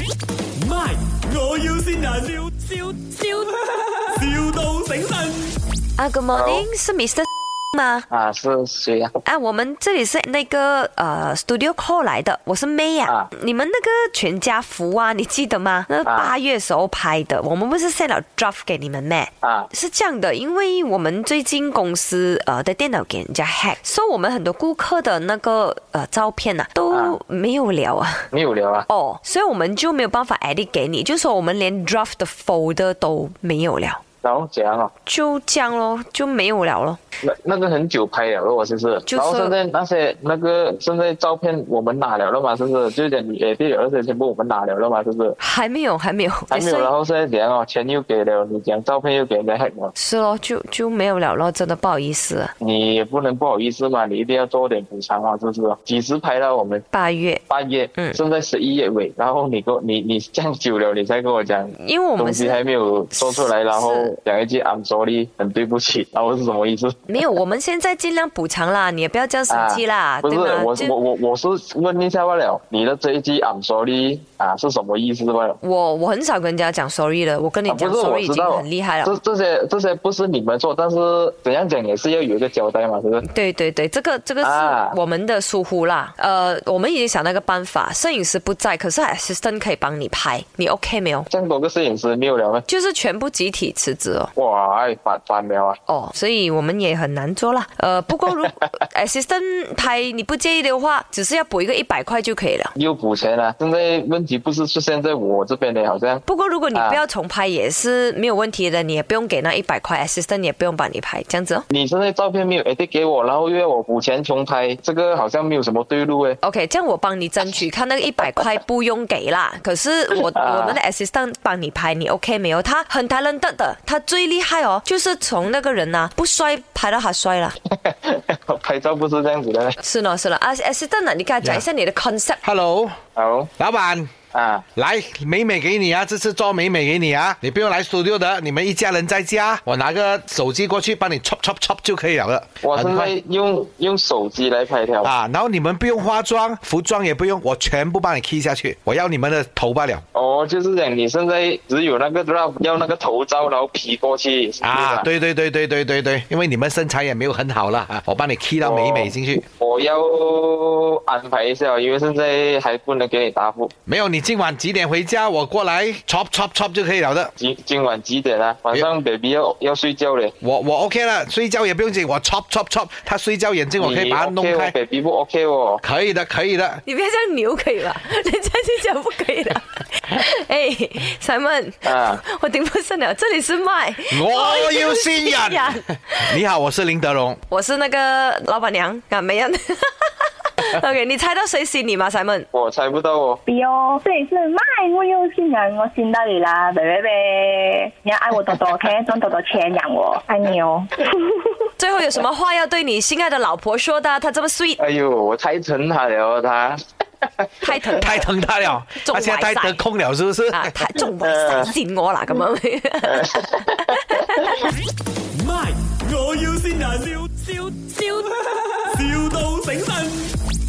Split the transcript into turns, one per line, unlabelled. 晒，我要先人，笑笑笑，, 笑到醒神。
啊，Good morning，是 Mr. 吗？
啊，是谁呀、
啊，我们这里是那个呃 Studio Call 来的，我是 May 呀、
啊
你们那个全家福啊，你记得吗？那
啊
八月时候拍的，我们不是 send 了 draft 给你们咩？
啊？啊，
是这样的，因为我们最近公司呃的电脑给人家 hack，所以我们很多顾客的那个呃照片呐、都
啊
没有了啊。
没有聊啊，
哦，所以我们就没有办法 edit 给你，就说我们连 draft 的 folder 都没有了，
然后怎样哦？
就这样咯，就没有了咯。
那那个很久拍了咯，是不是？
就是
然后现在那些那个现在照片我们拿了了嘛，是不是？就是讲你 A D 而且全部我们拿了了嘛，是不是？
还没有，还没有，
还没
哎所
有，
以
然后现在怎样哦？钱又给了你讲，照片又给人家 hack 了，
是咯，就就没有了咯，真的不好意思。
你也不能不好意思嘛，你一定要做点补偿啊嘛，是不是？几时拍到我们？
八月，
八月，
嗯
现在十一月尾，然后你跟我你你这样久了，你才跟我讲，
因为我
东
们
西
是
还没有做出来，然后
是
讲一句 I'm sorry，很对不起，然后是什么意思？
没有，我们现在尽量补偿啦，你 也不要这样生
啊
气啦，
不
对
是
吗？
我
就
我我我是问一下罢了，你的这一句 I'm sorry 啊是什么意思罢了？
我我很少跟人家讲 sorry 了，我跟你
啊、不
讲
是我
sorry 已
知
经
道，
很厉害了
这。这些这些不是你们做，但是怎样讲也是要有一个交代嘛，是不是？
对对对，这个这个
啊
是我们的疏忽啦。呃，我们已经想到一个办法，摄影师不在，可是 assistant 可以帮你拍，你 OK 没有？
这样多个摄影师没有了吗？
就是全部集体辞职哦。
哇，哎反反了啊！
哦，所以我们也很难做啦。呃，不 过如 assistant 拍你不介意的话，只是要补一个一百块就可以了。
又补钱了、现在问题不是出现在我这边的，好像
不过如果你
啊
不要重拍也是没有问题的，你也不用给那一百块，assistant 也不用帮你拍，这样子哦。
你现在照片没有 edit 给我，然后又要我补钱重拍，这个好像没有什么对路哎。
OK，这样我帮你争取，看那个一百块不用给啦。可是我
啊
我们的 assistant 帮你拍，你 OK 没有？他很 talented 的，他最厉害哦，就是从那个人呐、不帅拍到他帅了。
拍照不是这样子的嘞。
是呢是呢，啊 assistant 啊，你给他讲一下你的 concept。
Hello，
好
老板，
啊，
来美美给你啊，这次做美美给你啊，你不用来 studio 的，你们一家人在家，我拿个手机过去帮你 chop chop chop 就可以了了，
我
很
现在
快
用用手机来拍条。
啊，然后你们不用化妆，服装也不用，我全部帮你 key 下去，我要你们的头发了
哦，就是讲你现在只有那个 drop 要那个头罩，然后皮过去是不是
啊，对对对对对对对，因为你们身材也没有很好了啊，我帮你 key
哦
到美美进去，
我要安排一下，因为现在还不能给你答复。
没有你今晚几点回家，我过来 chop chop chop 就可以了的。
今今晚几点啊？晚上 baby 要要睡觉嘞。
我我 OK 了，睡觉也不用紧，我 chop chop chop，他睡觉眼睛我可以把他弄
你 OK
开
哦，，baby 不 OK 哦。
可以的，可以的。
你别这样牛可以 吧？人家就讲不可以了。哎、s i m o n
啊
我顶不顺了，这里是麦，
我要新人。 你好，我是林德 荣。
我是那个老板娘啊，没人。OK，你猜到谁信你吗，Simon？
我猜不到哦，
B 哦，这里是卖我有新人，我新到你啦，拜拜拜！你要爱我多多，OK，赚多多钱养我，爱你哦。
最后有什么话要对你心爱的老婆说的？她这么 sweet，
哎呦，我猜成他了，他
太疼她
太疼他 了，
中
他现在太得空了，是不是？
啊，太仲埋晒線我啦咁 樣。
卖，我要先人，笑笑笑，,笑到醒神。